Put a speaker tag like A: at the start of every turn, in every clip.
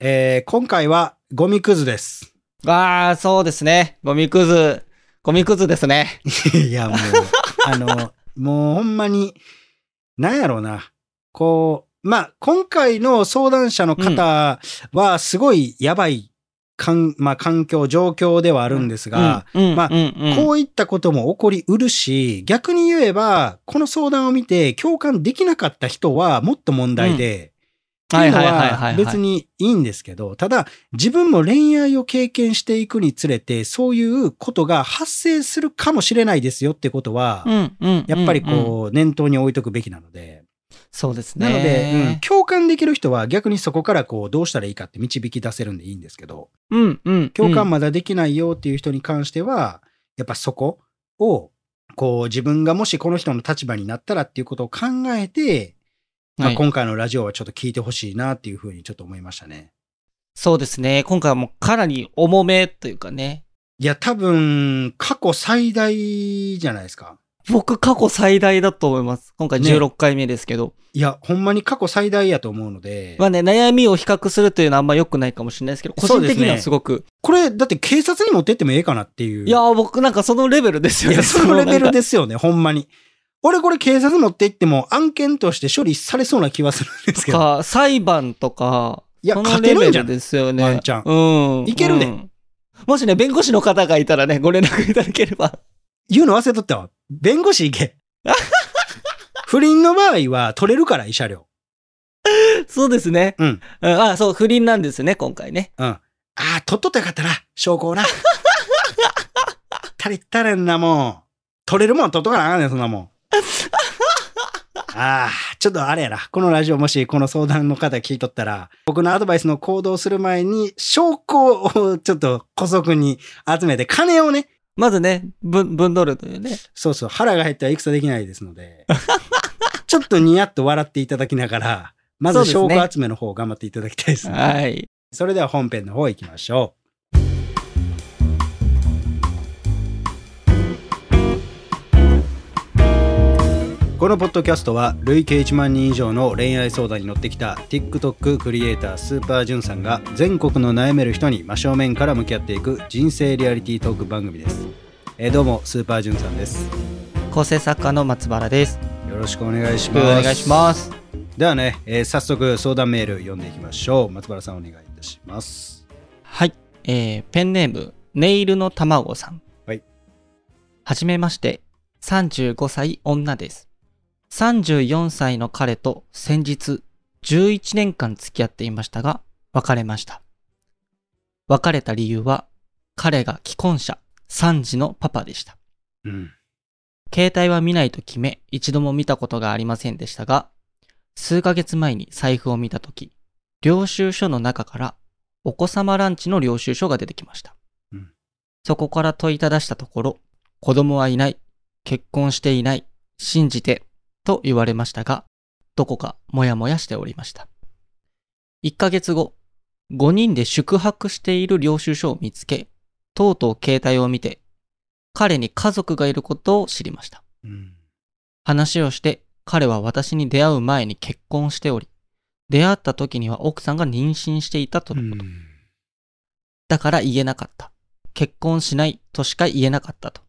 A: えー、今回はゴミクズです。
B: ああ、そうですね。ゴミくず、ゴミくずですね。
A: いや、もう、あの、もうほんまに、なんやろうな。こう、まあ、今回の相談者の方は、すごいやばい、かん、まあ、環境、状況ではあるんですが、
B: うん、うん
A: まあ
B: うんうん
A: こういったことも起こりうるし、逆に言えば、この相談を見て共感できなかった人はもっと問題で、っていうのは別にいいんですけど、ただ自分も恋愛を経験していくにつれて、そういうことが発生するかもしれないですよってことは、
B: うんうん
A: やっぱり
B: うんうん
A: こう念頭に置いとくべきなので、
B: そうですね。
A: なので、うん共感できる人は逆にそこからこうどうしたらいいかって導き出せるんでいいんですけど、
B: うん、うん。
A: 共感
B: も。
A: まだできないよっていう人に関しては、やっぱそこを、こう自分がもしこの人の立場になったらっていうことを考えて、まあ
B: はい
A: 今回のラジオはちょっと聞いてほしいなっていうふうにちょっと思いましたね。
B: そうですね。今回はもうかなり重めというかね。
A: いや、多分、過去最大じゃないですか。
B: 僕過去最大だと思います。今回
A: ね
B: 16回目ですけど。
A: いや、ほんまに過去最大やと思うので、
B: まあね、悩みを比較するというのはあんま良くないかもしれないですけど、個
A: そう
B: 人
A: ですね
B: 的にはすごく。
A: これ、だって警察に持ってってもええかなっていう。
B: いやー、僕なんかそのレベルですよ
A: い
B: ね。
A: や、そのレベル
B: で。
A: ですよ ね、ほんまに。俺これ警察持って行っても案件として処理されそうな気はするんですけ
B: と
A: ど。
B: か、裁判とか、
A: いや
B: その
A: 勝て
B: レ
A: るん
B: ベ
A: じゃ
B: ル
A: ん
B: ですよね。
A: ワンチャン
B: うん。
A: いけるね
B: うんもしね、弁護士の方がいたらね、ご連絡いただければ。
A: 言うの忘れとったわ。弁護士行け。不倫の場合は取れるから、慰謝料。
B: そうですね。
A: うん。
B: あ、そう、不倫なんですね、今回ね。
A: うん。ああ、取っとったらよかったな、証拠をな。 足りったれんな、もう。取れるもん取っとかなあかんねん、そんなもん。ああ、ちょっとあれやな。このラジオもしこの相談の方聞いとったら、僕のアドバイスの行動する前に、証拠をちょっと古速に集めて、金をね、
B: まずね、ぶん、ぶんどるというね。
A: そうそう、腹が減っては戦できないですの で、ちょっとニヤッと笑っていただきながら、まず証
B: そうですね
A: 拠集めの方を頑張っていただきたいですね。
B: はい。
A: それでは本編の方行きましょう。このポッドキャストは累計1万人以上の恋愛相談に乗ってきた TikTok クリエイタースーパージュンさんが全国の悩める人に真正面から向き合っていく人生リアリティートーク番組です。えーどうもスーパージュンさんです。
B: 構成作家の松原です。
A: よろしくお願いし
B: お
A: ます。
B: 願いしま
A: す。
B: す。
A: ではね、えー早速相談メール読んでいきましょう。松原さんお願いいたします。
B: はい。えー、ペンネーム、ネイルの卵さん。
A: はい。
B: はじめまして、35歳女です。34歳の彼と先日、11年間付き合っていましたが、別れました。別れた理由は、彼が既婚者、3児のパパでした。
A: うん。
B: 携帯は見ないと決め、一度も見たことがありませんでしたが、数ヶ月前に財布を見たとき、領収書の中から、お子様ランチの領収書が出てきました。
A: うん
B: そこから問いただしたところ、子供はいない、結婚していない、信じて、と言われましたが、どこかモヤモヤしておりました。1ヶ月後、5人で宿泊している領収書を見つけ、とうとう携帯を見て、彼に家族がいることを知りました。
A: うん。
B: 話をして、彼は私に出会う前に結婚しており、出会った時には奥さんが妊娠していたとのこと。だから言えなかった。結婚しないとしか言えなかったと。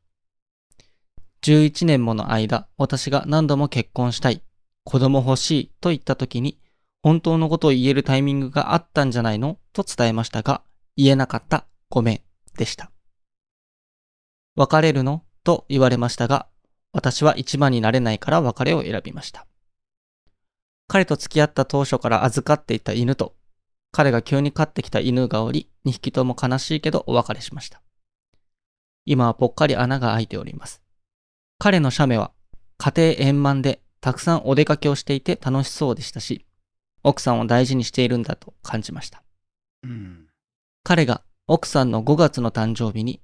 B: 11年もの間、私が何度も結婚したい、子供欲しいと言った時に、本当のことを言えるタイミングがあったんじゃないのと伝えましたが、言えなかった、ごめん、でした。別れるのと言われましたが、私は一番になれないから別れを選びました。彼と付き合った当初から預かっていた犬と彼が急に飼ってきた犬がおり、2匹とも悲しいけどお別れしました。今はぽっかり穴が開いております。彼の写メは家庭円満でたくさんお出かけをしていて楽しそうでしたし、奥さんを大事にしているんだと感じました。
A: うん。
B: 彼が奥さんの5月の誕生日に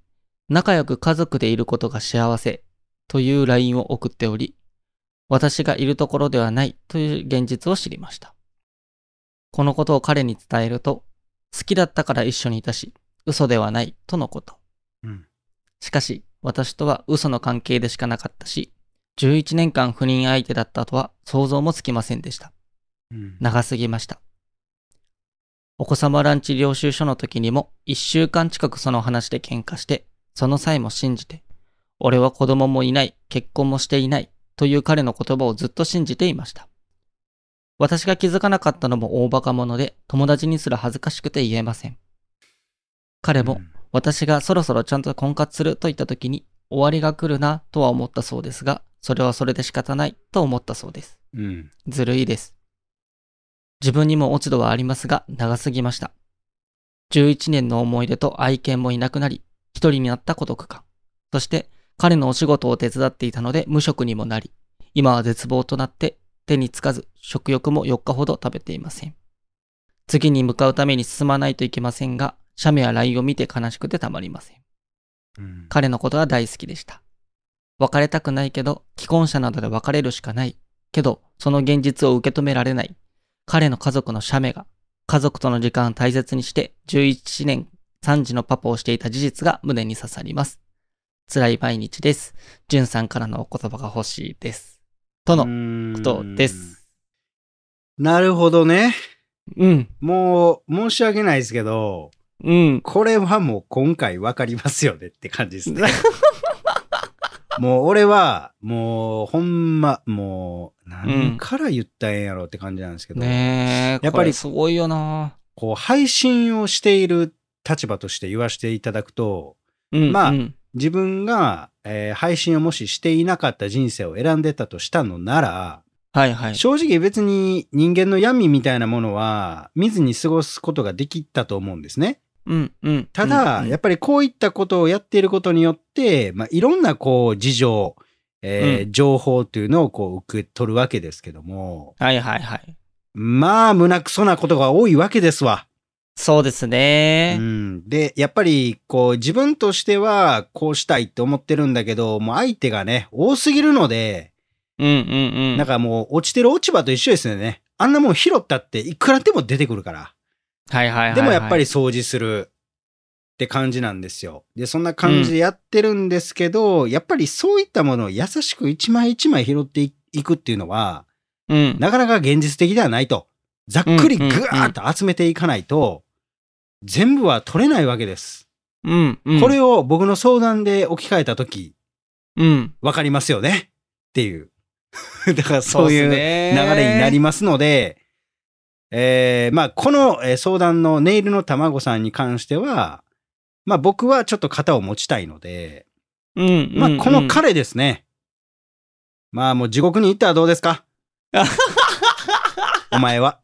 B: 仲良く家族でいることが幸せという LINE を送っており、私がいるところではないという現実を知りました。このことを彼に伝えると、好きだったから一緒にいたし、嘘ではないとのこと。
A: うん
B: しかし、私とは嘘の関係でしかなかったし、11年間不倫相手だったとは想像もつきませんでした。
A: うん
B: 長すぎました。お子様ランチ領収書の時にも一週間近くその話で喧嘩して、その際も信じて、俺は子供もいない、結婚もしていない、という彼の言葉をずっと信じていました。私が気づかなかったのも大バカ者で、友達にすら恥ずかしくて言えません。彼も私がそろそろちゃんと婚活すると言った時に終わりが来るなとは思ったそうですが、それはそれで仕方ないと思ったそうです。
A: うん。うん。
B: ずるいです。自分にも落ち度はありますが、長すぎました。11年の思い出と愛犬もいなくなり、一人になった孤独感。そして、彼のお仕事を手伝っていたので無職にもなり、今は絶望となって手につかず、食欲も4日ほど食べていません。次に向かうために進まないといけませんが、写メや LINE を見て悲しくてたまりません。
A: うん。
B: 彼のことは大好きでした。別れたくないけど、既婚者などで別れるしかない。けど、その現実を受け止められない。彼の家族の写メが、家族との時間を大切にして、11年3時のパパをしていた事実が胸に刺さります。辛い毎日です。じゅんさんからのお言葉が欲しいです。とのことです。
A: なるほどね。
B: うん、
A: もう、申し訳ないですけど、
B: うん。
A: これはもう今回わかりますよねって感じ ですね。もう俺は、もうほんま、もう何から言ったらええんやろって感じなんですけど、
B: ねえ、
A: やっぱり
B: これすごいよな
A: こう配信をしている立場として言わせていただくと、
B: うん、
A: まあ
B: うん、
A: 自分が、えー配信をもししていなかった人生を選んでたとしたのなら、
B: はいはい。
A: 正直別に人間の闇みたいなものは見ずに過ごすことができたと思うんですね。
B: うん、うん。
A: ただ、
B: うん
A: やっぱりこういったことをやっていることによって、まあ、いろんなこう事情、えー
B: う
A: 情報というのをこう受け取るわけですけども、
B: はいはいはい。
A: まあ、胸くそなことが多いわけですわ。
B: そうですね。
A: うん、で、やっぱりこう自分としてはこうしたいって思ってるんだけど、もう相手がね、多すぎるので、
B: うんうんうん。
A: なんかもう落ちてる落ち葉と一緒ですよね。あんなもん拾ったっていくらでも出てくるから。
B: はいはいはいはい。
A: でもやっぱり、掃除するって感じなんですよ。で、そんな感じでやってるんですけど、やっぱりそういったものを優しく一枚一枚拾っていいくっていうのは、
B: うん。
A: なかなか現実的ではないと。ざっくりぐわーっと集めていかないと、全部は取れないわけです。
B: うん、うん。
A: これを僕の相談で置き換えたとき、
B: うん。
A: わかりますよねっていう。 だから
B: そ
A: そうう
B: い
A: いうう
B: 流
A: 流れに
B: れにな
A: な
B: り
A: りますので、えーまあ、このえー相談のネイルの卵さんに関しては、まあ僕はちょっと型を持ちたいので、
B: うん
A: まあこの
B: か
A: 彼ですね。まあもう地獄に行ったらどうです かお前は。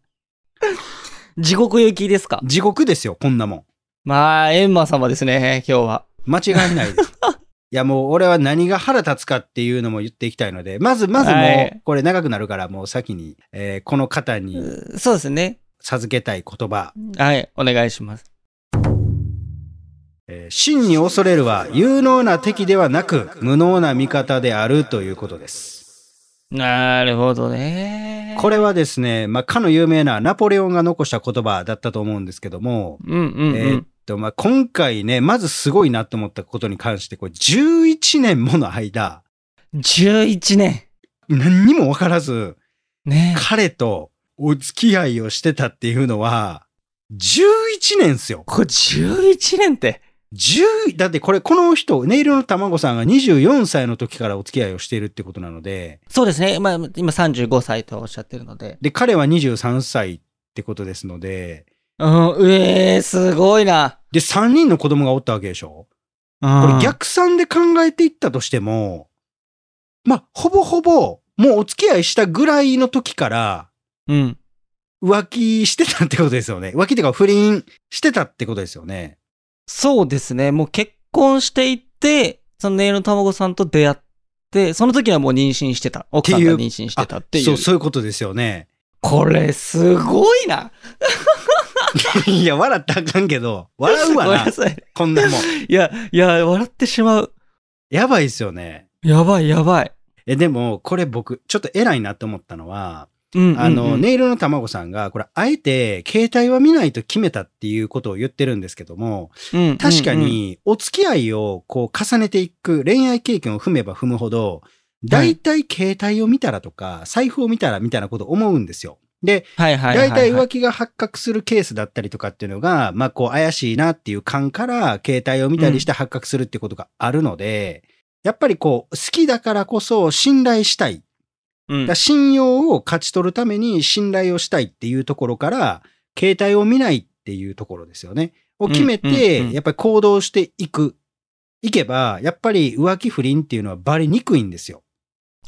B: 地獄行きですか
A: 地獄ですよ、こんなもん。
B: まあ、エンマ様ですね、今日は。
A: 間違いない です。いやもう俺は何が腹立つかっていうのも言っていきたいので、まずまずも
B: は
A: う
B: い
A: これ長くなるからもう先に、えーこの方に
B: そうですね。
A: 授けたい言葉、
B: はい、お願いします。
A: えー真に恐れるは有能な敵ではなく無能な味方であるということです。
B: なるほどね。
A: これはですね、まあ、かの有名なナポレオンが残した言葉だったと思うんですけども、
B: うんうん
A: え
B: う
A: ーっ
B: ん。
A: と、まあ、今回ね、まずすごいなと思ったことに関して、これ11年もの間、
B: 11年。
A: 何にもわからず、
B: ね
A: 彼とお付き合いをしてたっていうのは、11年っすよ。
B: これ11年って。
A: 10だってこれこの人ネイルの卵さんが24歳の時からお付き合いをしているってことなので
B: そうですね。まあ、今35歳とおっしゃってるので。
A: で彼は23歳ってことですので
B: うん、うえー、すごいな。
A: で3人の子供がおったわけでしょこ
B: こ
A: れ逆算で考えていったとしてもまあほぼほぼもうお付き合いしたぐらいの時から
B: うん。
A: 浮気してたってことですよね浮気っていうか不倫してたってことですよね
B: そうですね。もう結婚していて、そのネイルの卵さんと出会って、その時にはもう妊娠してた。奥さんが妊娠してたっていう。
A: そうそういうことですよ ね
B: これ、すごいな。
A: いや笑ったらあかんけど笑うわ
B: ご めん
A: な
B: なさい。
A: こんなもん
B: いや、いや、笑ってしまう。
A: やばいですよね
B: やばい、やばい。
A: え、でも、これ僕、ちょっと偉いなと思ったのは、
B: うんうんうん
A: あの、、ネイルの卵さんが、これ、あえて、携帯は見ないと決めたっていうことを言ってるんですけども、
B: うんうんうん
A: 確か、に、お付き合いをこう、重ねていく、恋愛経験を踏めば踏むほど、大体携帯を見たらとか、財布を見たらみたいなこと思うんですよ。で、
B: はいはいは
A: 大
B: い、は
A: 体
B: い。
A: 浮気が発覚するケースだったりとかっていうのが、まあこう怪しいなっていう感から携帯を見たりして発覚するってことがあるので、やっぱりこう好きだからこそ信頼したい。
B: う
A: だ
B: ん
A: から信用を勝ち取るために信頼をしたいっていうところから、携帯を見ないっていうところですよね。を決め
B: うんうんう
A: て、
B: ん
A: やっぱり行動していく。いけば、やっぱり浮気不倫っていうのはバレにくいんですよ。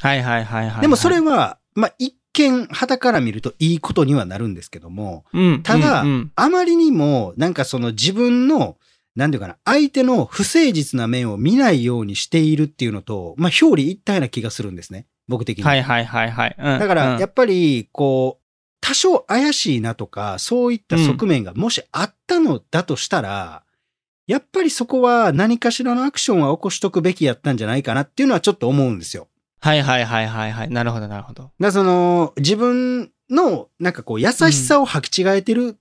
B: はいはいはいはい。
A: でもそれ
B: は、
A: は、まあ一見、旗から見るといいことにはなるんですけども、
B: うん
A: ただ
B: うんうん
A: あまりにも、なんかその自分の、なんていうかな、相手の不誠実な面を見ないようにしているっていうのと、まあ、表裏一体な気がするんですね。僕的に。
B: はいはいはいはい。うん
A: だから、や
B: っ
A: っぱり、こう、多少怪しいなとか、そういった側面がもしあったのだとしたら、やっぱりそこは何かしらのアクションは起こしとくべきやったんじゃないかなっていうのはちょっと思うんですよ。
B: はいはいはいはいはい。なるほどなるほど。
A: だからその自分のなんかこう優しさを履き違えてる、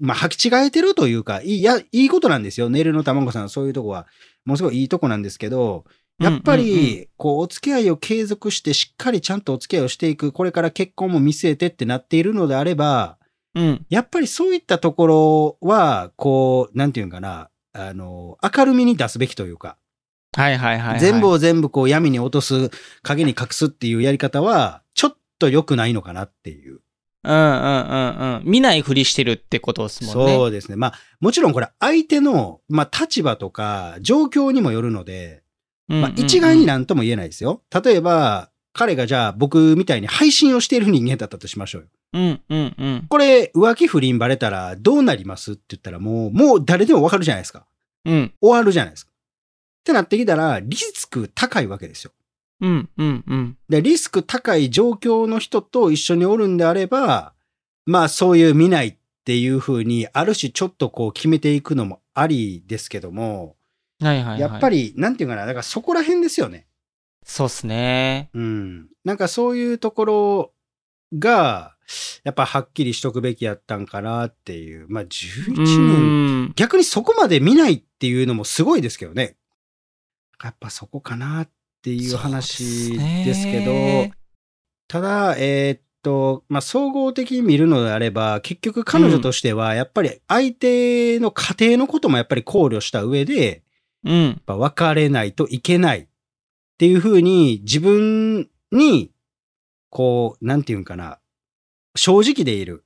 A: まあ履き違えてるというかいいやいいことなんですよネイルの卵さんそういうとこはものすごいいいとこなんですけどやっぱ
B: うんうんうん、
A: りこうお付き合いを継続してしっかりちゃんとお付き合いをしていくこれから結婚も見据えてってなっているのであれば
B: うん。
A: やっぱりそういったところはこうなんていうんかなあの明るみに出すべきというか
B: はいはいはいはい。
A: 全部を全部こう闇に落とす影に隠すっていうやり方はちょっと良くないのかなっていう。
B: うんうんうんうん。見ないふりしてるってことですもんね。
A: そうですね。まあ、もちろんこれ相手の、まあ、立場とか状況にもよるので、
B: うんうん
A: ま
B: うん。
A: あ、一概になんとも言えないですよ。例えば、彼がじゃあ僕みたいに配信をしている人間だったとしましょうよ。
B: うんうんうん。
A: これ、浮気不倫バレたらどうなりますって言ったらもう、もう誰でもわかるじゃないですか。
B: うん
A: 終わるじゃないですか。ってなってきたら、リスク高いわけですよ。
B: うんうんうん。
A: で、リスク高い状況の人と一緒におるんであれば、まあそういう見ないっていう風に、ある種ちょっとこう決めていくのもありですけども、
B: はいはいはい。
A: やっぱ
B: り。
A: り、なんていうかな、だからそこら辺ですよね。
B: そうっすね。
A: うん。なんかそういうところが、やっぱはっきりしとくべきやったんかなっていう。まあ11
B: う
A: 年。
B: ん。
A: 逆にそこまで見ないっていうのもすごいですけどね。やっぱそこかなっていう話ですけど、ただ、えーっと、まあ、総合的に見るのであれば、結局彼女としては、やっぱり相手の家庭のこともやっぱり考慮した上で、やっ
B: ど。うん。
A: ぱ別れないといけないっていうふうに、自分に、こう、なんていうんかな、正直でいる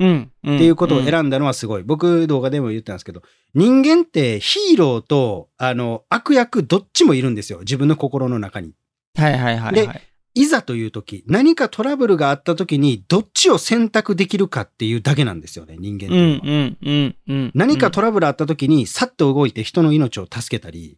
B: うん。っ
A: っていうことを選んだのはすごい。僕、動画でも言ったんですけど、人間ってヒーローと、あの、悪役どっちもいるんですよ。自分の心の中に。
B: はいはいはいはい。
A: いざという時、何かトラブルがあった時に、どっちを選択できるかっていうだけなんですよね、人間って
B: う
A: いうの
B: ん
A: は。
B: うんうんうん。
A: 何かトラブルあった時に、さっと動いて人の命を助けたり、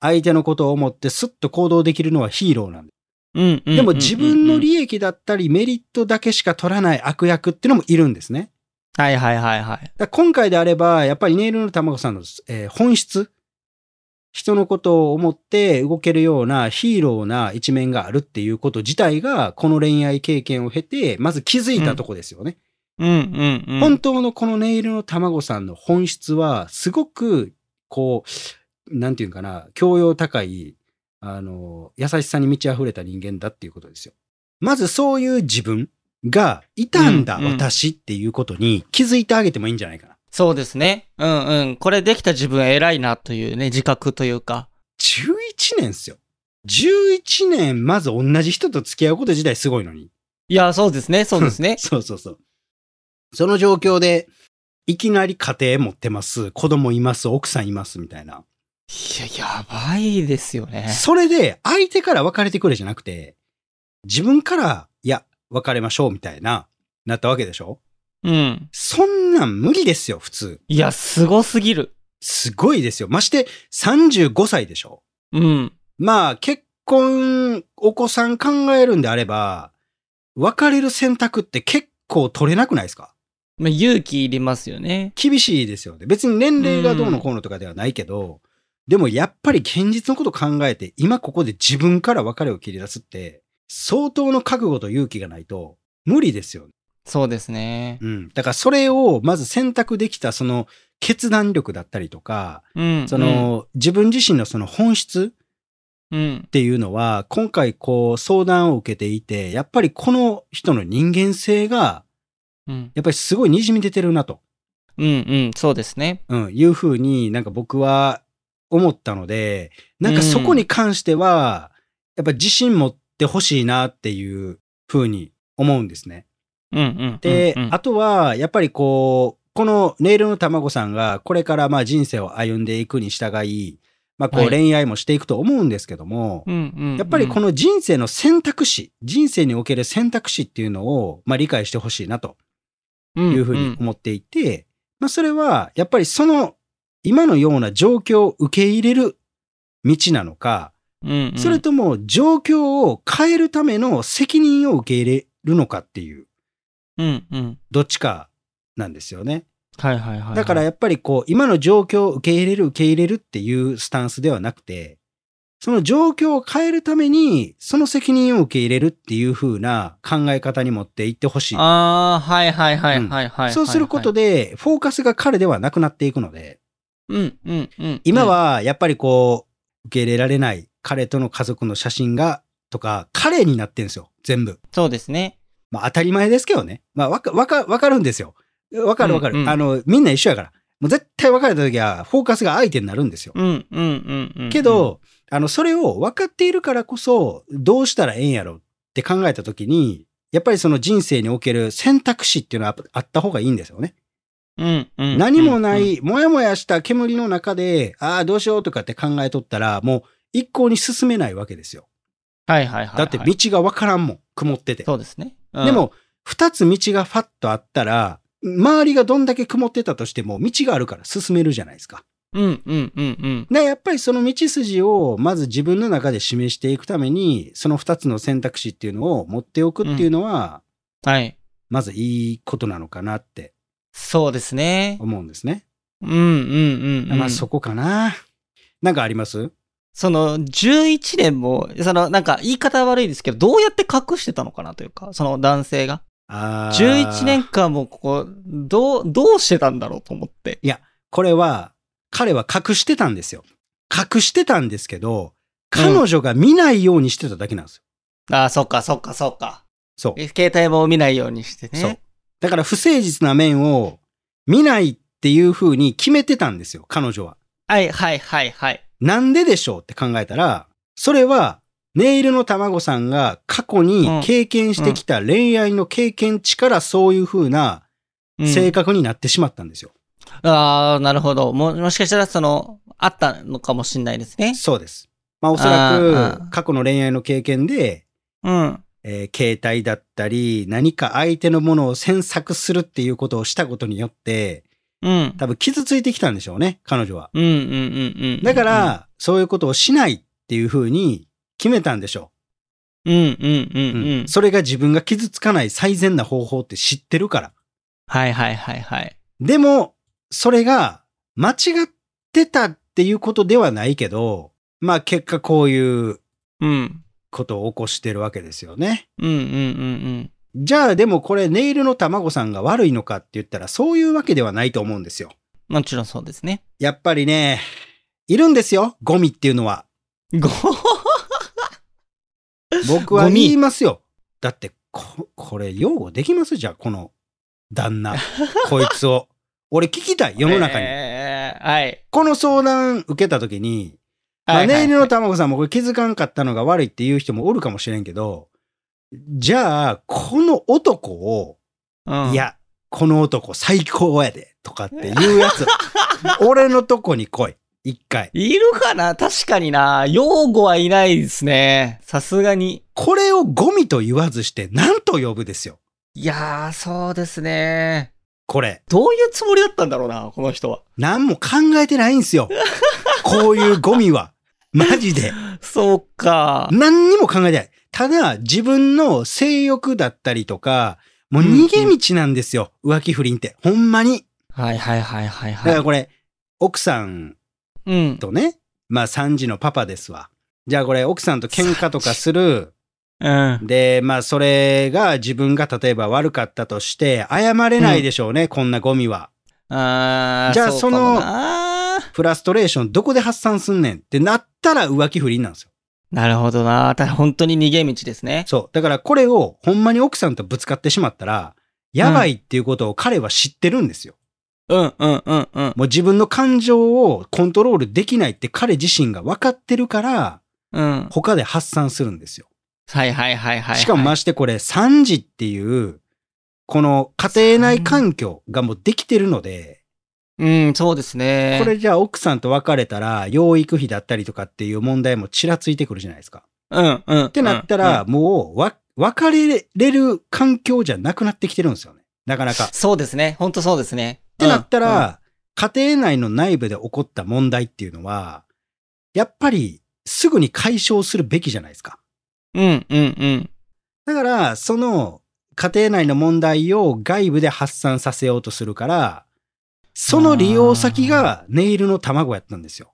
A: 相手のことを思ってスッと行動できるのはヒーローなんで
B: うんうん。
A: す。でも自分の
B: 由。
A: 利益だったり、メリットだけしか取らない悪役っていうのもいるんですね。
B: はいはいはいはい。
A: だから今回であれば、やっぱりネイルの卵さんの、えー本質、人のことを思って動けるようなヒーローな一面があるっていうこと自体が、この恋愛経験を経て、まず気づいたとこですよね。
B: うんうんうん。
A: 本当のこのネイルの卵さんの本質は、すごく、こう、なんていうんかな、教養高い、あの、優しさに満ち溢れた人間だっていうことですよ。まずそういう自分がいたんだ、
B: うんうん
A: 私っていうことに気づいてあげてもいいんじゃないかな。
B: そうですね。うんうん。これできた自分偉いなというね、自覚というか。
A: 11年っすよ。11年まず同じ人と付き合うこと自体すごいのに。。
B: いや、そうですね、そうですね
A: そうそうそう。その状況で、いきなり家庭持ってます、子供います、奥さんいます、みたいな。
B: いや、やばいですよね。
A: それで、相手から別れてくれじゃなくて、自分から、いや、別れましょう、みたいな、なったわけでしょ
B: うん。
A: そんなん無理ですよ、普通。
B: いや、すごすぎる。
A: すごいですよ。まして、35歳でしょ
B: うん。
A: まあ、結婚、お子さん考えるんであれば、別れる選択って結構取れなくないですか
B: まあ、勇気いりますよね。
A: 厳しいですよね。別に年齢がどうのこうのとかではないけど、でもやっぱり現実のこと考えて、今ここで自分から別れを切り出すって、相当の覚悟と勇気がないと無理ですよね。
B: そうですね。
A: うん。だからそれをまず選択できたその決断力だったりとか、
B: うん。
A: そ、の自分自身のその本質
B: うん
A: っ。ていうのは、今回こう相談を受けていて、やっぱりこの人の人間性が
B: うん。
A: やっぱりすごい滲み出てるなと、
B: うんうん、そうですね。
A: うん、いうふうになんか僕は思ったので、なんかそこに関しては、やっぱ自信持ってほしいなっていうふうに思うんですね。
B: うんうん。
A: で、
B: うんうん
A: あとは、やっぱりこう、このネイルの卵さんがこれからまあ人生を歩んでいくに従い、まあこ
B: は
A: う
B: い
A: 恋愛もしていくと思うんですけども、
B: うんうんうん、
A: やっぱりこの人生の選択肢、人生における選択肢っていうのをまあ理解してほしいなと
B: の
A: いうふうに思っていて、まあそれはやっぱりその今のような状況を受け入れる道なのか、
B: うんうん、
A: それとも状況を変えるための責任を受け入れるのかっていう、
B: うんうん。
A: どっちかなんですよね。
B: はいはいはいはい。
A: だからやっぱりこう、今の状況を受け入れる、受け入れるっていうスタンスではなくて、その状況を変えるために、その責任を受け入れるっていう風な考え方に持っていってほしい。
B: ああ、はいはいはいはいはい。
A: そうすること
B: で、
A: で、フォーカスが彼ではなくなっていくので、
B: うんうんうん。
A: 今、はやっぱりこう、受け入れられない彼との家族の写真が、とか、彼になってんですよ、全部。
B: そうですね。
A: まあ当たり前ですけどね。まあわか、わか、わかるんですよ。わかるわかる、
B: うんうん
A: あの、みんな一緒やから。もう絶対別れた時は、フォーカスが相手になるんですよ。
B: うんうんうんうん。
A: けど、あの、それを分かっているからこそ、どうしたらええんやろって考えたときに、やっぱりその人生における選択肢っていうのはあった方がいいんですよね。
B: うん、うんうんうん、
A: 何もない、もやもやした煙の中で、ああ、どうしようとかって考えとったら、もう一向に進めないわけですよ。
B: はいはいはいはい。
A: だって道が分からんもん、曇ってて。
B: そうですね。うん
A: で、も、二つ道がファッとあったら、周りがどんだけ曇ってたとしても、道があるから進めるじゃないですか。
B: うんうんうんうん。
A: で、やっぱりその道筋をまず自分の中で示していくために、その二つの選択肢っていうのを持っておくっていうのは、
B: はい。
A: まずいいことなのかなって
B: そうですね。
A: 思うんですね。
B: うんうんうん、うん。
A: まあそこかな。なんかあります
B: その、11年も、その、なんか、言い方悪いですけど、どうやって隠してたのかなというか、その男性が。
A: あー
B: 11年。間もここ、どう、どうしてたんだろうと思って。
A: これは、彼は隠してたんですよ。隠してたんですけど、彼女が見ないようにしてただけなんですよ。
B: ああ、そっかそっかそっか。
A: そう。
B: え携帯も見ないようにしてね。
A: そう。だから不誠実な面を見ないっていう風に決めてたんですよ、彼女は。
B: はいはいはいはい。
A: なんででしょうって考えたら、それは、ネイルの卵さんが過去
B: う
A: に
B: ん
A: 経験してきた恋愛の経験値からそういう風な
B: うん
A: 性格になってしまったんですよ。
B: ああ、なるほど。も、もしかしたら、その、あったのかもしれないですね。
A: そうです。まあおそ
B: あ
A: ら
B: ーあ
A: く
B: ー
A: 過去の恋愛の経験で、
B: うん。
A: えー携帯だったり、何か相手のものを詮索するっていうことをしたことによって、
B: うん。
A: 多分傷ついてきたんでしょうね、彼女は。
B: うんうんうんうん。
A: だか、ら、そういうことをしないっていう風に決めたんでしょう。
B: うんうんうん
A: うん
B: うん。
A: それが自分が傷つかない最善な方法って知ってるから。
B: はいはいはいはい。
A: でも、それが間違ってたっていうことではないけど、まあ結果こういう
B: うん。
A: ことを起こしてるわけですよね。
B: うんうんうん
A: じゃあでもこれネイルの卵さんが悪いのかって言ったらそういうわけではないと思うんですよ。
B: うん。もちろんそうですね。
A: やっぱりね、いるんですよ、ゴミっていうの は。
B: ご、
A: 僕は
B: ゴミ
A: 言いますよ。だってこ、これ擁護できますじゃあ、この旦 那、こいつを。俺聞きたい、世の中に。
B: えーはい。
A: この相談受けた時に、ま
B: は
A: あ、
B: いはい
A: ネイルの卵さんもこれ気づかんかったのが悪いっていう人もおるかもしれんけど、じゃあ、この男を、
B: うん
A: いや、この男最高やで、とかっていう やつ、俺のとこに来い、一回。
B: いるかな確かにな。擁護はいないですね。さすがに。
A: これをゴミと言わずして何と呼ぶですよ、
B: いやー、そうですね。
A: これ。
B: どういうつもりだったんだろうな、この人は。
A: 何も考えてないんすよ。こういうゴミは。マジで。
B: そうか。
A: 何にも考えてない。ただ、自分の性欲だったりとか、もう逃げ道なんですよ。浮気不倫って。ほんまに。
B: はいはいはいはい
A: だか
B: は
A: ら
B: い。
A: これ、奥さん
B: うん。
A: とね、まあ3児のパパですわ。じゃあこれ、奥さんと喧嘩とかする。
B: うん。
A: で、まあそれが自分が例えば悪かったとして、謝れないでしょうね、こんなゴミは。
B: あー
A: じゃあ
B: うかも
A: その
B: な
A: フラストレーションどこで発散すんねんってなったら浮気不倫なんですよ。
B: なるほどな。た本当に逃げ道ですね。
A: そう。だからこれをほんまに奥さんとぶつかってしまったら、やばいっていうことを彼は知ってるんですよ。
B: うんうんうんうん。
A: もう自分の感情をコントロールできないって彼自身が分かってるから、
B: うん。
A: 他で発散するんですよ。
B: はいはいはいはい。
A: しかもましてこれ3時っていう、この家庭内環境がもうできてるので、
B: うん、そうですね。
A: これじゃあ奥さんと別れたら養育費だったりとかっていう問題もちらついてくるじゃないですか。
B: うんうん。っ
A: ってなったら、、もうわ別れれる環境じゃなくなってきてるんですよね。なかなか。っ
B: そうですね。ほんとそうですね。
A: てなったら、家庭内の内部で起こった問題っていうのは、やっぱりすぐに解消するべきじゃないですか。
B: うん、うんうんうん。
A: だから、その家庭内の問題を外部で発散させようとするから、その利用先がネイルの卵やったんですよ。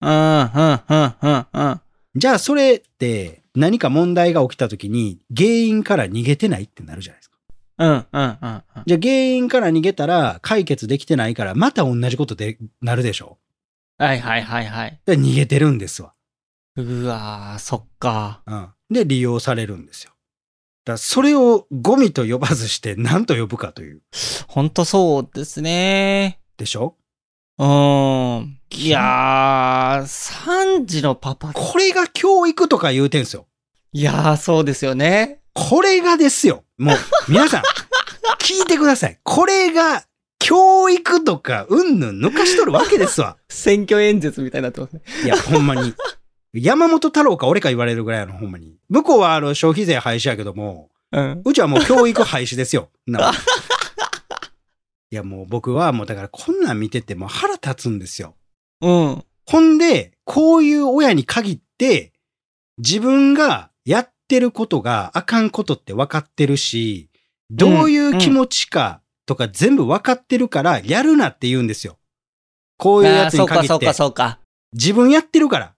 B: うんうんうんうんうん。
A: じゃあ、それって何か問題が起きた時に原因から逃げてないってなるじゃないですか。
B: うんうんうんうん。
A: じゃあ、原因から逃げたら解決できてないからまた同じことでなるでしょ。
B: はいはいはいはい。
A: で逃げてるんですわ。
B: うわー、そっか。
A: うん。で、利用されるんですよ。だからそれをゴミと呼ばずして何と呼ぶかという。
B: ほんとそうですね。
A: でしょ
B: うーん。いやー、3時のパパ。
A: これが教育とか言うてんすよ。
B: いやー、そうですよね。
A: これがですよ。もう、皆さん、 聞いてください。これが、教育とか、うんぬん抜かしとるわけですわ。
B: 選挙演説みたいになってますね。
A: いや、ほんまに。山本太郎か俺か言われるぐらいの、ほんまに。向こうは、あの、消費税廃止やけども、
B: うん。
A: うちはもう教育廃止ですよ。なもんいや、もう僕は、もうだから、こんなん見ててもう腹立つんですよ。
B: うん。
A: ほんで、こういう親に限って、自分がやってることがあかんことって分かってるし、どういう気持ちかとか全部分かってるから、やるなって言うんですよ。こういうや
B: あー
A: つ
B: そ
A: に
B: うか
A: 限
B: そ
A: っ
B: う
A: て
B: か、そうか。
A: 自分やってるから、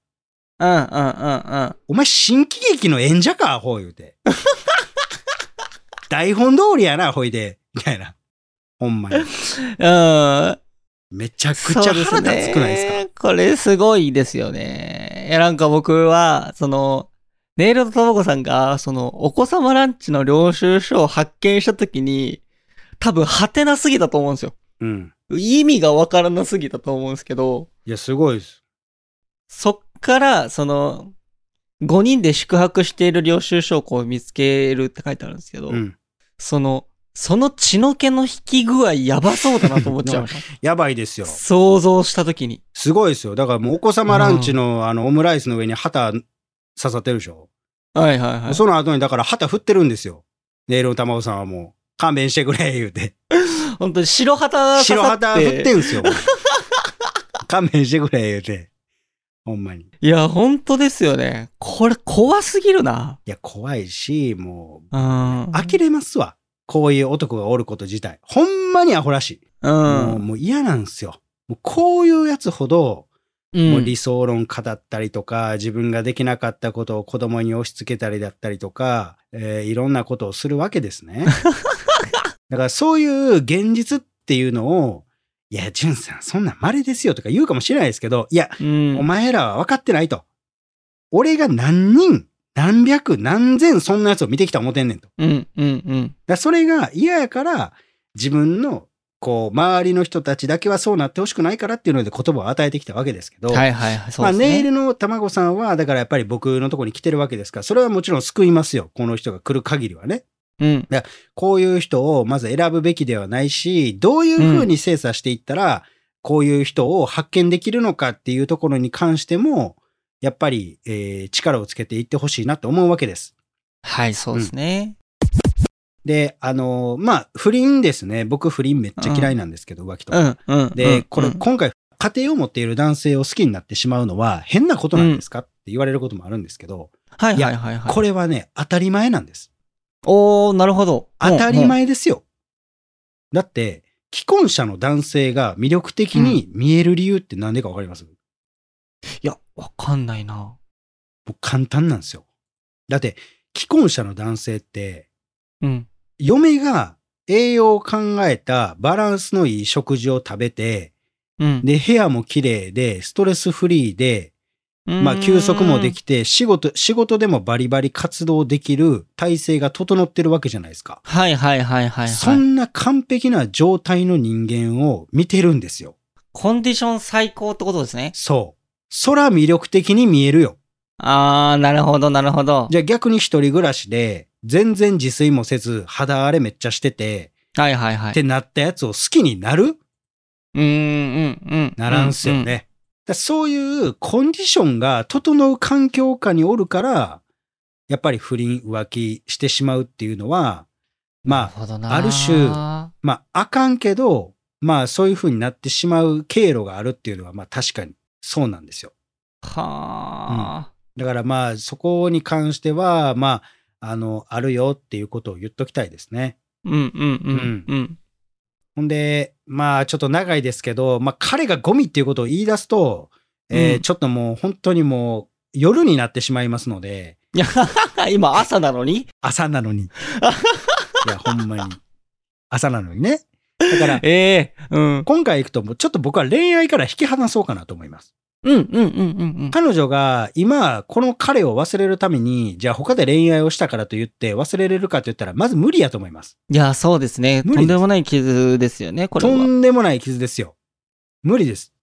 B: うんうんうんうん。
A: お前新喜劇の演者か、アホ言うて。台本通りやな、ほいで、みたいな。ほんまに。
B: うん。
A: めちゃくちゃ腹立つくないですか
B: そうねこれすごいですよね。いや、なんか僕は、その、ネイルとトモコさんが、その、お子様ランチの領収書を発見したときに、多分、ハテなすぎたと思うんですよ。
A: うん。
B: 意味がわからなすぎたと思うんですけど、
A: いや、すごいです。
B: そっから、その、5人で宿泊している領収書をこう見つけるって書いてあるんですけど、
A: うん。
B: その、その血の気の引き具合やばそうだなと思 っちゃいまし
A: やばいです
B: た。
A: よ。
B: 想像したときに。
A: すごいですよ。だからもうお子様ランチのあのオムライスの上に旗刺さってるでしょ。
B: はいはいはい。
A: その後にだから旗振ってるんですよ。ネイルの卵さんはもう勘弁してくれ言うて。
B: 本当に白旗が刺
A: 白
B: さって
A: 旗振ってんすよ。勘弁してくれ言うて。ほんまに。い
B: いや、本当ですよね。これ怖すぎるな。
A: や、怖いし、も
B: うん。
A: う、呆れますわ。こういう男がおること自体。ほんまにアホらしい。
B: う。
A: もうんもう嫌なんすよ。もうこういうやつほど、
B: うん
A: もう理想論語ったりとか、自分ができなかったことを子供に押し付けたりだったりとか、えーいろんなことをするわけです ね。だからそういう現実っていうのを、いや、ジュンさん、そんなん稀ですよとか言うかもしれないですけど、いや、
B: うん
A: お前らは分かってないと。俺が何人、何百、何千、そんなやつを見てきた思てんねんと。だか
B: うん、うん、うん。
A: らそれが嫌やから、自分の、こう、周りの人たちだけはそうなってほしくないからっていうので言葉を与えてきたわけですけど、
B: はいはいはい。そう
A: まあ、
B: ですね。
A: ネイルの卵さんは、だからやっぱり僕のところに来てるわけですから、それはもちろん救いますよ。この人が来る限りはね。
B: うん。
A: こういう人をまず選ぶべきではないし、どういうふうに精査していったら、こういう人を発見できるのかっていうところに関しても、やっぱり、えー力をつけていってほしいなと思うわけです。
B: はい、そうですね。
A: で、あのーまあ、不倫ですね。僕不倫めっちゃ嫌いなんですけど、浮気と
B: う
A: か。
B: ん、うん。う
A: で
B: ん、
A: これ、今回、家庭を持っている男性を好きになってしまうのは変なことなんですかって言われることもあるんですけど、
B: はい
A: いや
B: はいはいはい。
A: これはね、当たり前なんです。
B: おー、なるほど。
A: 当たり
B: うん。うん
A: 前ですよ。だって、既婚者の男性が魅力的に見える理由って何でかわかります、も
B: いや、わかんないな。
A: う簡単なんですよ。だって、既婚者の男性って、
B: うん。
A: 嫁が栄養を考えたバランスのいい食事を食べて、
B: うん。
A: で、部屋も綺麗で、ストレスフリーで、まあ、休息もできて、仕事、仕事でもバリバリ活動できる体制が整ってるわけじゃないですか。
B: はいはいはいはい、はい。
A: そんな完璧な状態の人間を見てるんですよ。
B: コンディション最高ってことですね。
A: そう。そら魅力的に見えるよ。
B: あー、なるほどなるほど。
A: じゃあ逆に一人暮らしで、全然自炊もせず、肌荒れめっちゃしてて、
B: はいはいはい。
A: ってなったやつを好きになる
B: うーん、うん、うん。
A: ならんすよね。
B: うう
A: だそういうコンディションが整う環境下におるから、やっぱり不倫浮気してしまうっていうのは、
B: なる
A: まあ、
B: ほどな
A: ある種まあ、あかんけど、まあ、そういう風になってしまう経路があるっていうのは、まあ、確かにそうなんですよ。
B: は
A: だからまあ、そこに関しては、まあ、あの、あるよっていうことを言っときたいですね。
B: ー。うんうんうんうん。
A: ほんで、まあちょっと長いですけど、まあ彼がゴミっていうことを言い出すと、えー
B: うん
A: ちょっともう本当にもう夜になってしまいますので、
B: いや、 今朝なのに
A: 朝な のに。いや、ほんまに。朝なのにね。だから、
B: ええうん。
A: 今回行くともうちょっと僕は恋愛から引き離そうかなと思います。
B: うんうんうんうん
A: 彼女が今この彼を忘れるために、じゃあ他で恋愛をしたからと言って忘れれるかと言ったら、まず無理やと思います。
B: いや、そうですね。
A: 無理です
B: とんでもない傷ですよね、これ
A: と
B: は。
A: んでもない傷ですよ。無理です。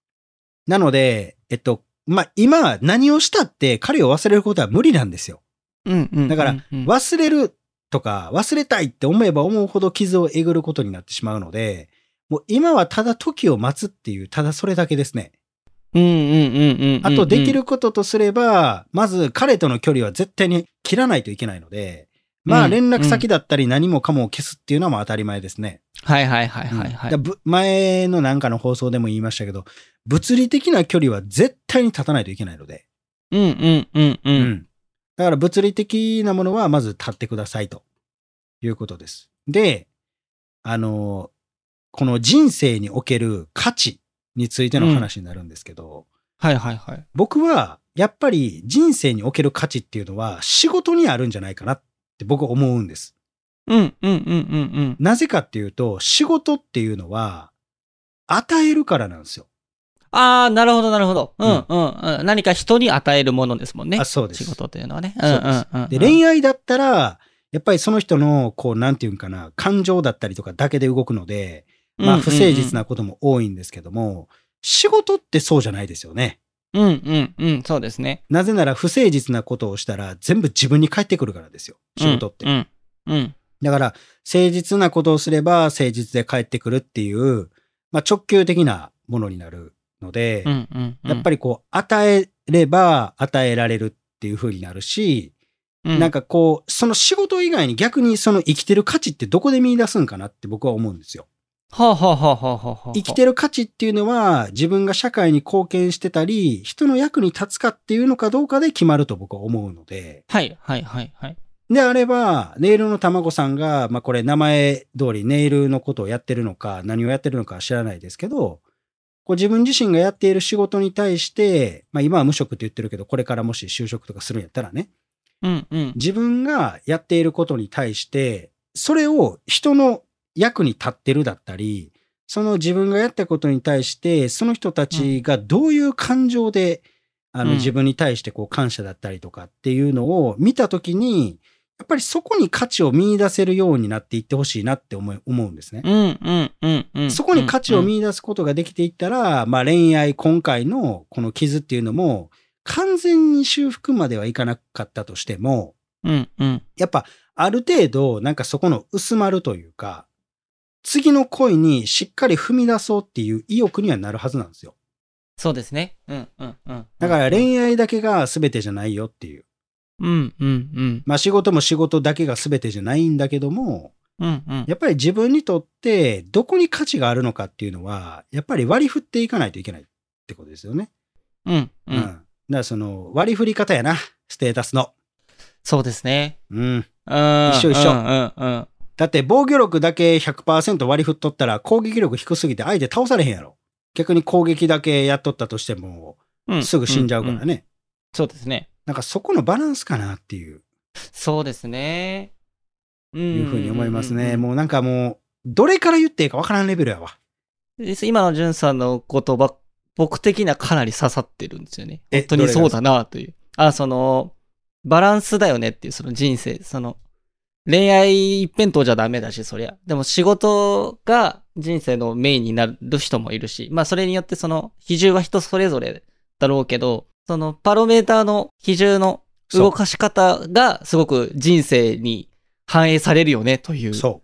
A: なので、えっと、まあ、今何をしたって彼を忘れることは無理なんですよ。
B: うんうんうん。
A: だから
B: うん、
A: 忘れるとか忘れたいって思えば思うほど傷をえぐることになってしまうので、もう今はただ時を待つっていう、ただそれだけですね。
B: うんうんうんうんうん。
A: あとできることとすれば、まず彼との距離は絶対に切らないといけないので、まあ
B: うん
A: 連絡先だったり何もかもを消すっていうのはもう当たり前ですね。
B: はいはいはいはいは
A: だから
B: い。
A: ぶ前のなんかの放送でも言いましたけど、物理的な距離は絶対に立たないといけないので。
B: うんうんうんう。
A: うんだから物理的なものはまず立ってくださいということです。で、あの、この人生における価値についての話になるんですけど、
B: はいはいはい。
A: 僕はやっぱり人生における価値っていうのは仕事にあるんじゃないかなって僕は思うんです。
B: うんうんうんうんうん。
A: なぜかっていうと、仕事っていうのは与えるからなんですよ。
B: ああ、なるほどなるほど。うん
A: う
B: うんんうん。何か人に与えるものですもんね
A: あ、。そうです。
B: 仕事というのはね。うん
A: そううんです
B: うんうん。
A: で、恋愛だったら、やっぱりその人の、こう、なんていうんかな、感情だったりとかだけで動くので、まあ、不誠実なことも多いんですけども、仕事ってそうじゃないですよね。
B: うんうんうん、そうですね。
A: なぜなら、不誠実なことをしたら、全部自分に返ってくるからですよ、仕事って。
B: うん。うん。
A: だから、誠実なことをすれば、誠実で返ってくるっていう、まあ、直球的なものになるので、
B: うんうん。
A: やっぱりこう、与えれば与えられるっていう風になるし、
B: り
A: なん、かこう、その仕事以外に逆にその生きてる価値ってどこで見出すんかなって僕は思うんですよ。
B: はあはあはあはあはあはあ。
A: 生きてる価値っていうのは自分が社会に貢献してたり、人の役に立つかっていうのかどうかで決まると僕は思うので。
B: はいはいはいはい。
A: であれば、ネイルの卵さんが、まあこれ名前通りネイルのことをやってるのか、何をやってるのかは知らないですけど、こう自分自身がやっている仕事に対して、まあ今は無職って言ってるけど、これからもし就職とかするんやったらね、
B: うんうん。
A: 自分がやっていることに対して、それを人の役に立ってるだったり、その自分がやったことに対して、その人たちがどういう感情で、あの
B: うん
A: 自分に対してこう感謝だったりとかっていうのを見たときに、やっぱりそこに価値を見出せるようになっていってほしいなって思い思うんですね。
B: うんうんうんうん。
A: そこに価値を見出すことができていったら、まあ恋愛今回のこの傷っていうのも、完全に修復まではいかなかったとしても、
B: うんうん。
A: やっぱある程度なんかそこの薄まるというか、次の恋にしっかり踏み出そうっていう意欲にはなるはずなんですよ。
B: そうですね。うんうんうん。
A: だから恋愛だけが全てじゃないよっていう。
B: うんうんうん。
A: まあ仕事も仕事だけが全てじゃないんだけども、
B: うんうん。
A: やっぱり自分にとってどこに価値があるのかっていうのは、やっぱり割り振っていかないといけないってことですよね。
B: うんう
A: だ
B: ん。
A: からその割り振り方やな、ステータスの。
B: そうですね。
A: うん。
B: うん。
A: 一緒一緒
B: うんうんうん。
A: だって防御力だけ100%割り振っとったら攻撃力低すぎて相手倒されへんやろ。逆に攻撃だけやっとったとしても
B: うん
A: すぐ死んじゃうからね。。
B: んんそうですね。
A: なんかそこのバランスかなっていう、
B: そうですね。うんんんん
A: い
B: ん。
A: うふうに思いますね。もうなんかもう、どれから言っていいかわからんレベルやわ。
B: 今のんさんの言葉僕的にはかなり刺さってるんですよね。
A: え
B: 本当にそうだなという。あ、その、バランスだよねっていう、その人生、その、恋愛一辺倒じゃダメだし、そりゃ。でも仕事が人生のメインになる人もいるし、まあそれによってその比重は人それぞれだろうけど、そのパロメーターの比重の動かし方がすごく人生に反映されるよねという。
A: そ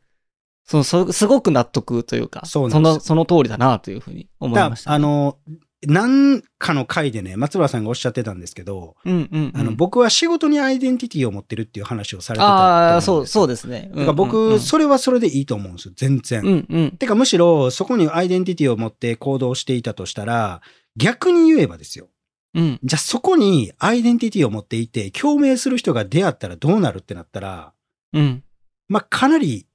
B: そのそすごく納得というか、
A: そうなんです
B: の、その通りだなというふうに
A: う。
B: 思い
A: だ
B: ました、
A: あ、の、何かの回でね、松原さんがおっしゃってたんですけど、
B: うんうん、うん。
A: あの、僕は仕事にアイデンティティを持ってるっていう話をされてたと思ん
B: ああ、
A: ですよ
B: そう、そうです
A: だか
B: ね。
A: ら
B: うんうんう
A: 僕、
B: ん
A: それはそれでいいと思うんですよ、全然。
B: うんうん。
A: てか、むしろ、そこにアイデンティティを持って行動していたとしたら、逆に言えばですよ。
B: うん。
A: じゃあそこにアイデンティティを持っていて、共鳴する人が出会ったらどうなるってなったら、
B: うん。
A: まあ、かなり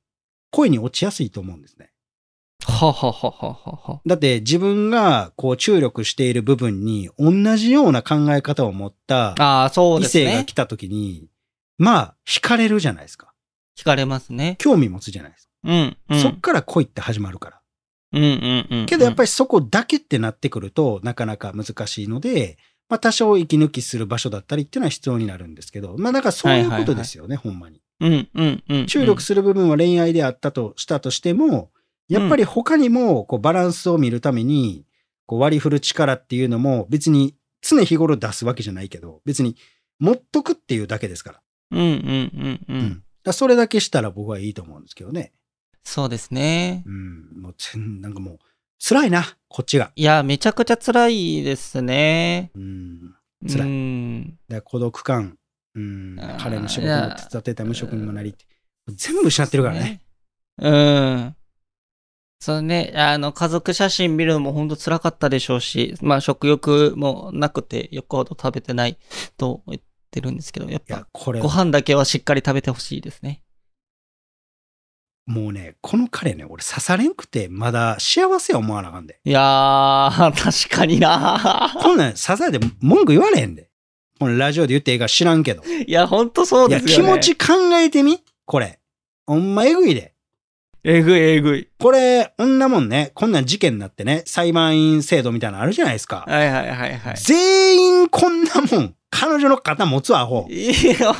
A: 恋に落ちやすいと思うんですね。
B: はははははは。
A: だって自分がこう注力している部分に同じような考え方を持った
B: ああ、そう
A: 異
B: です
A: 性が
B: ね
A: 来。た時に、まあ、惹かれるじゃないですか。
B: 聞かれますね。
A: 興味持つじゃないですか。
B: うん。うん
A: そっから恋って始まるから。
B: うんうんうん。
A: けどやっぱ
B: り、
A: りそこだけってなってくると、なかなか難しいので、まあ多少息抜きする場所だったりっていうのは必要になるんですけど、まあだからそういうことですよね、ほんまに。
B: うんうんうん。
A: 注力する部分は恋愛であったとしたとしても、やっぱり他にもこうバランスを見るために、こう割り振る力っていうのも別に常日頃出すわけじゃないけど、別に持っとくっていうだけですから。
B: うんうんうんう。
A: うんだからそれだけしたら僕はいいと思うんですけどね。
B: そうですね。
A: うん。もう全、なんかもう、辛いな、こっちが。
B: いや、めちゃくちゃ辛いですね。
A: うん。
B: う
A: 辛い
B: ん。
A: だから孤独感、うん
B: あ、ー
A: 彼の仕事も
B: いや
A: 手伝ってた無職にもなりって、全部失ってるからね。。
B: うん。そのね、あの、家族写真見るのも本当辛かったでしょうし、まあ食欲もなくて、よっぽど食べてないと言ってるんですけど、やっ
A: い
B: ぱ
A: や、これ
B: ご、飯だけはしっかり食べてほしいですね。
A: もうね、この彼ね、俺刺されんくて、まだ幸せや思わなあかんで。
B: いやー、確かにな
A: こんなん刺されて文句言われへんで。このラジオで言ってええか知らんけど。い
B: いや、ほんとそうで
A: や、
B: すよね。
A: 気持ち考えてみこれ。ほんまえぐいで。
B: えぐいえぐい。
A: これ、こんなもんね、こんなん事件になってね、裁判員制度みたいなのあるじゃないですか。
B: はいはいは いはい。
A: 全員こんなもん、彼女の肩持つアホ。
B: いや、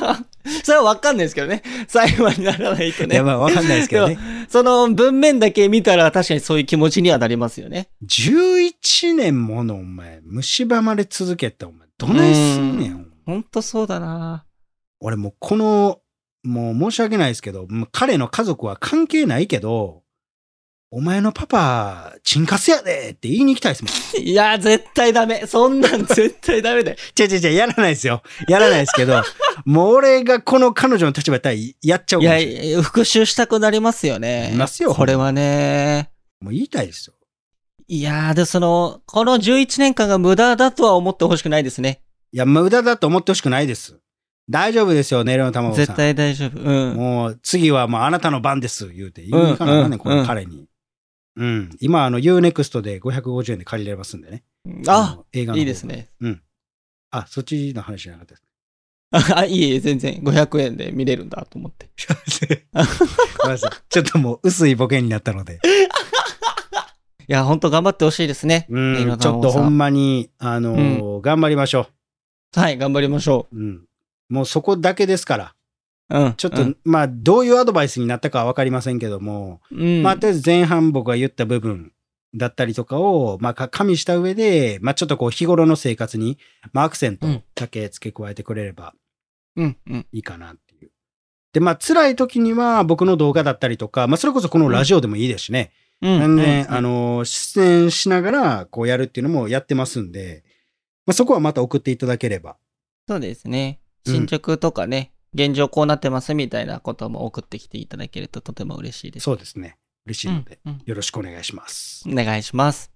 B: それはわかんないですけどね。裁判にならないと
A: いや
B: ね。
A: ばい、わかんないですけどね。
B: その文面だけ見たら確かにそういう気持ちにはなりますよね。
A: 11年ものお前、蝕まれ続けて、お前、どないすんねん。お前
B: ほんとそうだな
A: 俺もうこの、もう申し訳ないですけど、もう彼の家族は関係ないけど、お前のパパ、チンカスやでって言いに行きたいですもん。
B: いや、絶対ダメ。そんなん絶対ダメだよ。
A: ちゃちゃちゃ、やらないですよ。やらないですけ ど、もう俺がこの彼女の立場やったらやっちゃう
B: い
A: かも
B: や
A: しれない。
B: いや、復讐したくなりますよね。
A: なりますよ
B: これはね。
A: もう言いたいですよ。
B: いやー、で、その、この11年間が無駄だとは思ってほしくないですね。
A: いや、無駄だと思ってほしくないです。大丈夫ですよ、ネイルの卵さん。
B: 絶対大丈夫。 うん。
A: もう次はもうあなたの番です、言うて。言うに行かなあかんね
B: う
A: ん、
B: ん
A: この
B: うん
A: 彼に。うん。今、あの、Unext で550円で借りられますんでね。
B: あ
A: の、映画の方
B: いいです。ね。
A: あ、そっちの話じゃなかったで
B: あ、いえいえ、全然500円で見れるんだと思って。
A: す。ごめんなさい ちょっともう薄いボケになったので。
B: いや、ほんと頑張ってほしいですね。
A: う
B: ねいろ
A: ん。
B: ん
A: ち
B: な
A: ょっ
B: 王
A: と
B: さん
A: ほんまに、あのー頑張りましょ
B: はい、頑張りましょ
A: う。うん。もうそこだけですから。
B: う。うん。
A: ちょっ
B: う
A: と、
B: ん、
A: まあ、どういうアドバイスになったかはわかりませんけども、
B: うん
A: まあ、とりあえず前半僕が言った部分だったりとかを、まあ、か加味した上で、まあ、ちょっとこう、日頃の生活に、まあ、アクセント
B: うん
A: だけ付け加えてくれれば
B: うん、うん。
A: いいかなっていう。で、まあ、辛い時には僕の動画だったりとか、まあ、それこそこのラジオでもいいですしね。
B: うん。
A: 全然、
B: うん
A: あ、の、出演しながら、こうやるっていうのもやってますんで、まあ、そこはまた送っていただければ。
B: そうですね。
A: うん
B: 進捗とかね、現状こうなってますみたいなことも送ってきていただけるととても嬉しいです。
A: そうですね。嬉しいので、
B: うん
A: よろしくお願いします。
B: うんお願いします。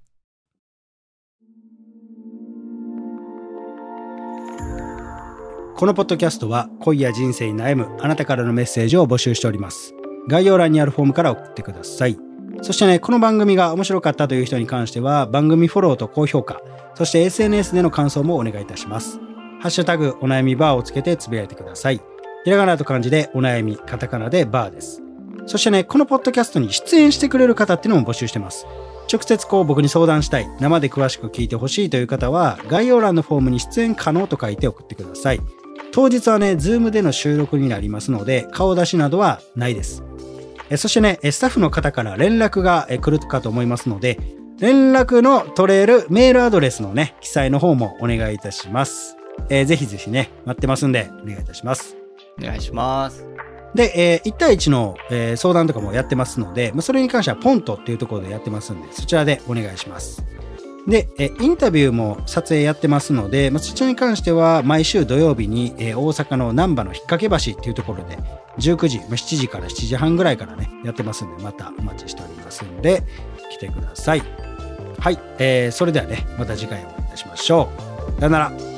A: このポッドキャストは恋や人生に悩むあなたからのメッセージを募集しております。概要欄にあるフォームから送ってください。そしてね、この番組が面白かったという人に関しては番組フォローと高評価、そして SNS での感想もお願いいたします。ハッシュタグお悩みバーをつけてつぶやいてください。ひらがなと漢字でお悩み、カタカナでバーです。そしてね、このポッドキャストに出演してくれる方っていうのも募集してます。直接こう僕に相談したい、生で詳しく聞いてほしいという方は、概要欄のフォームに出演可能と書いて送ってください。当日はね、ズームでの収録になりますので、顔出しなどはないです。えそしてね、えスタッフの方から連絡がえ来るかと思いますので、連絡の取れるメールアドレスのね、記載の方もお願いいたします。えーぜひぜひね、待ってますんで、お願いいたします。
B: お願いします。
A: で、えー1対1の、えー相談とかもやってますので、まあ、それに関してはポントっていうところでやってますんで、そちらでお願いします。で、えーインタビューも撮影やってますので、まあ、そちらに関しては毎週土曜日に、えー大阪の難波の引っ掛け橋っていうところで、19時、まあ7時から7時半ぐらいからね、やってますんで、またお待ちしておりますんで、来てください。はい、えーそれではね、また次回お会いいたしましょう。さよなら。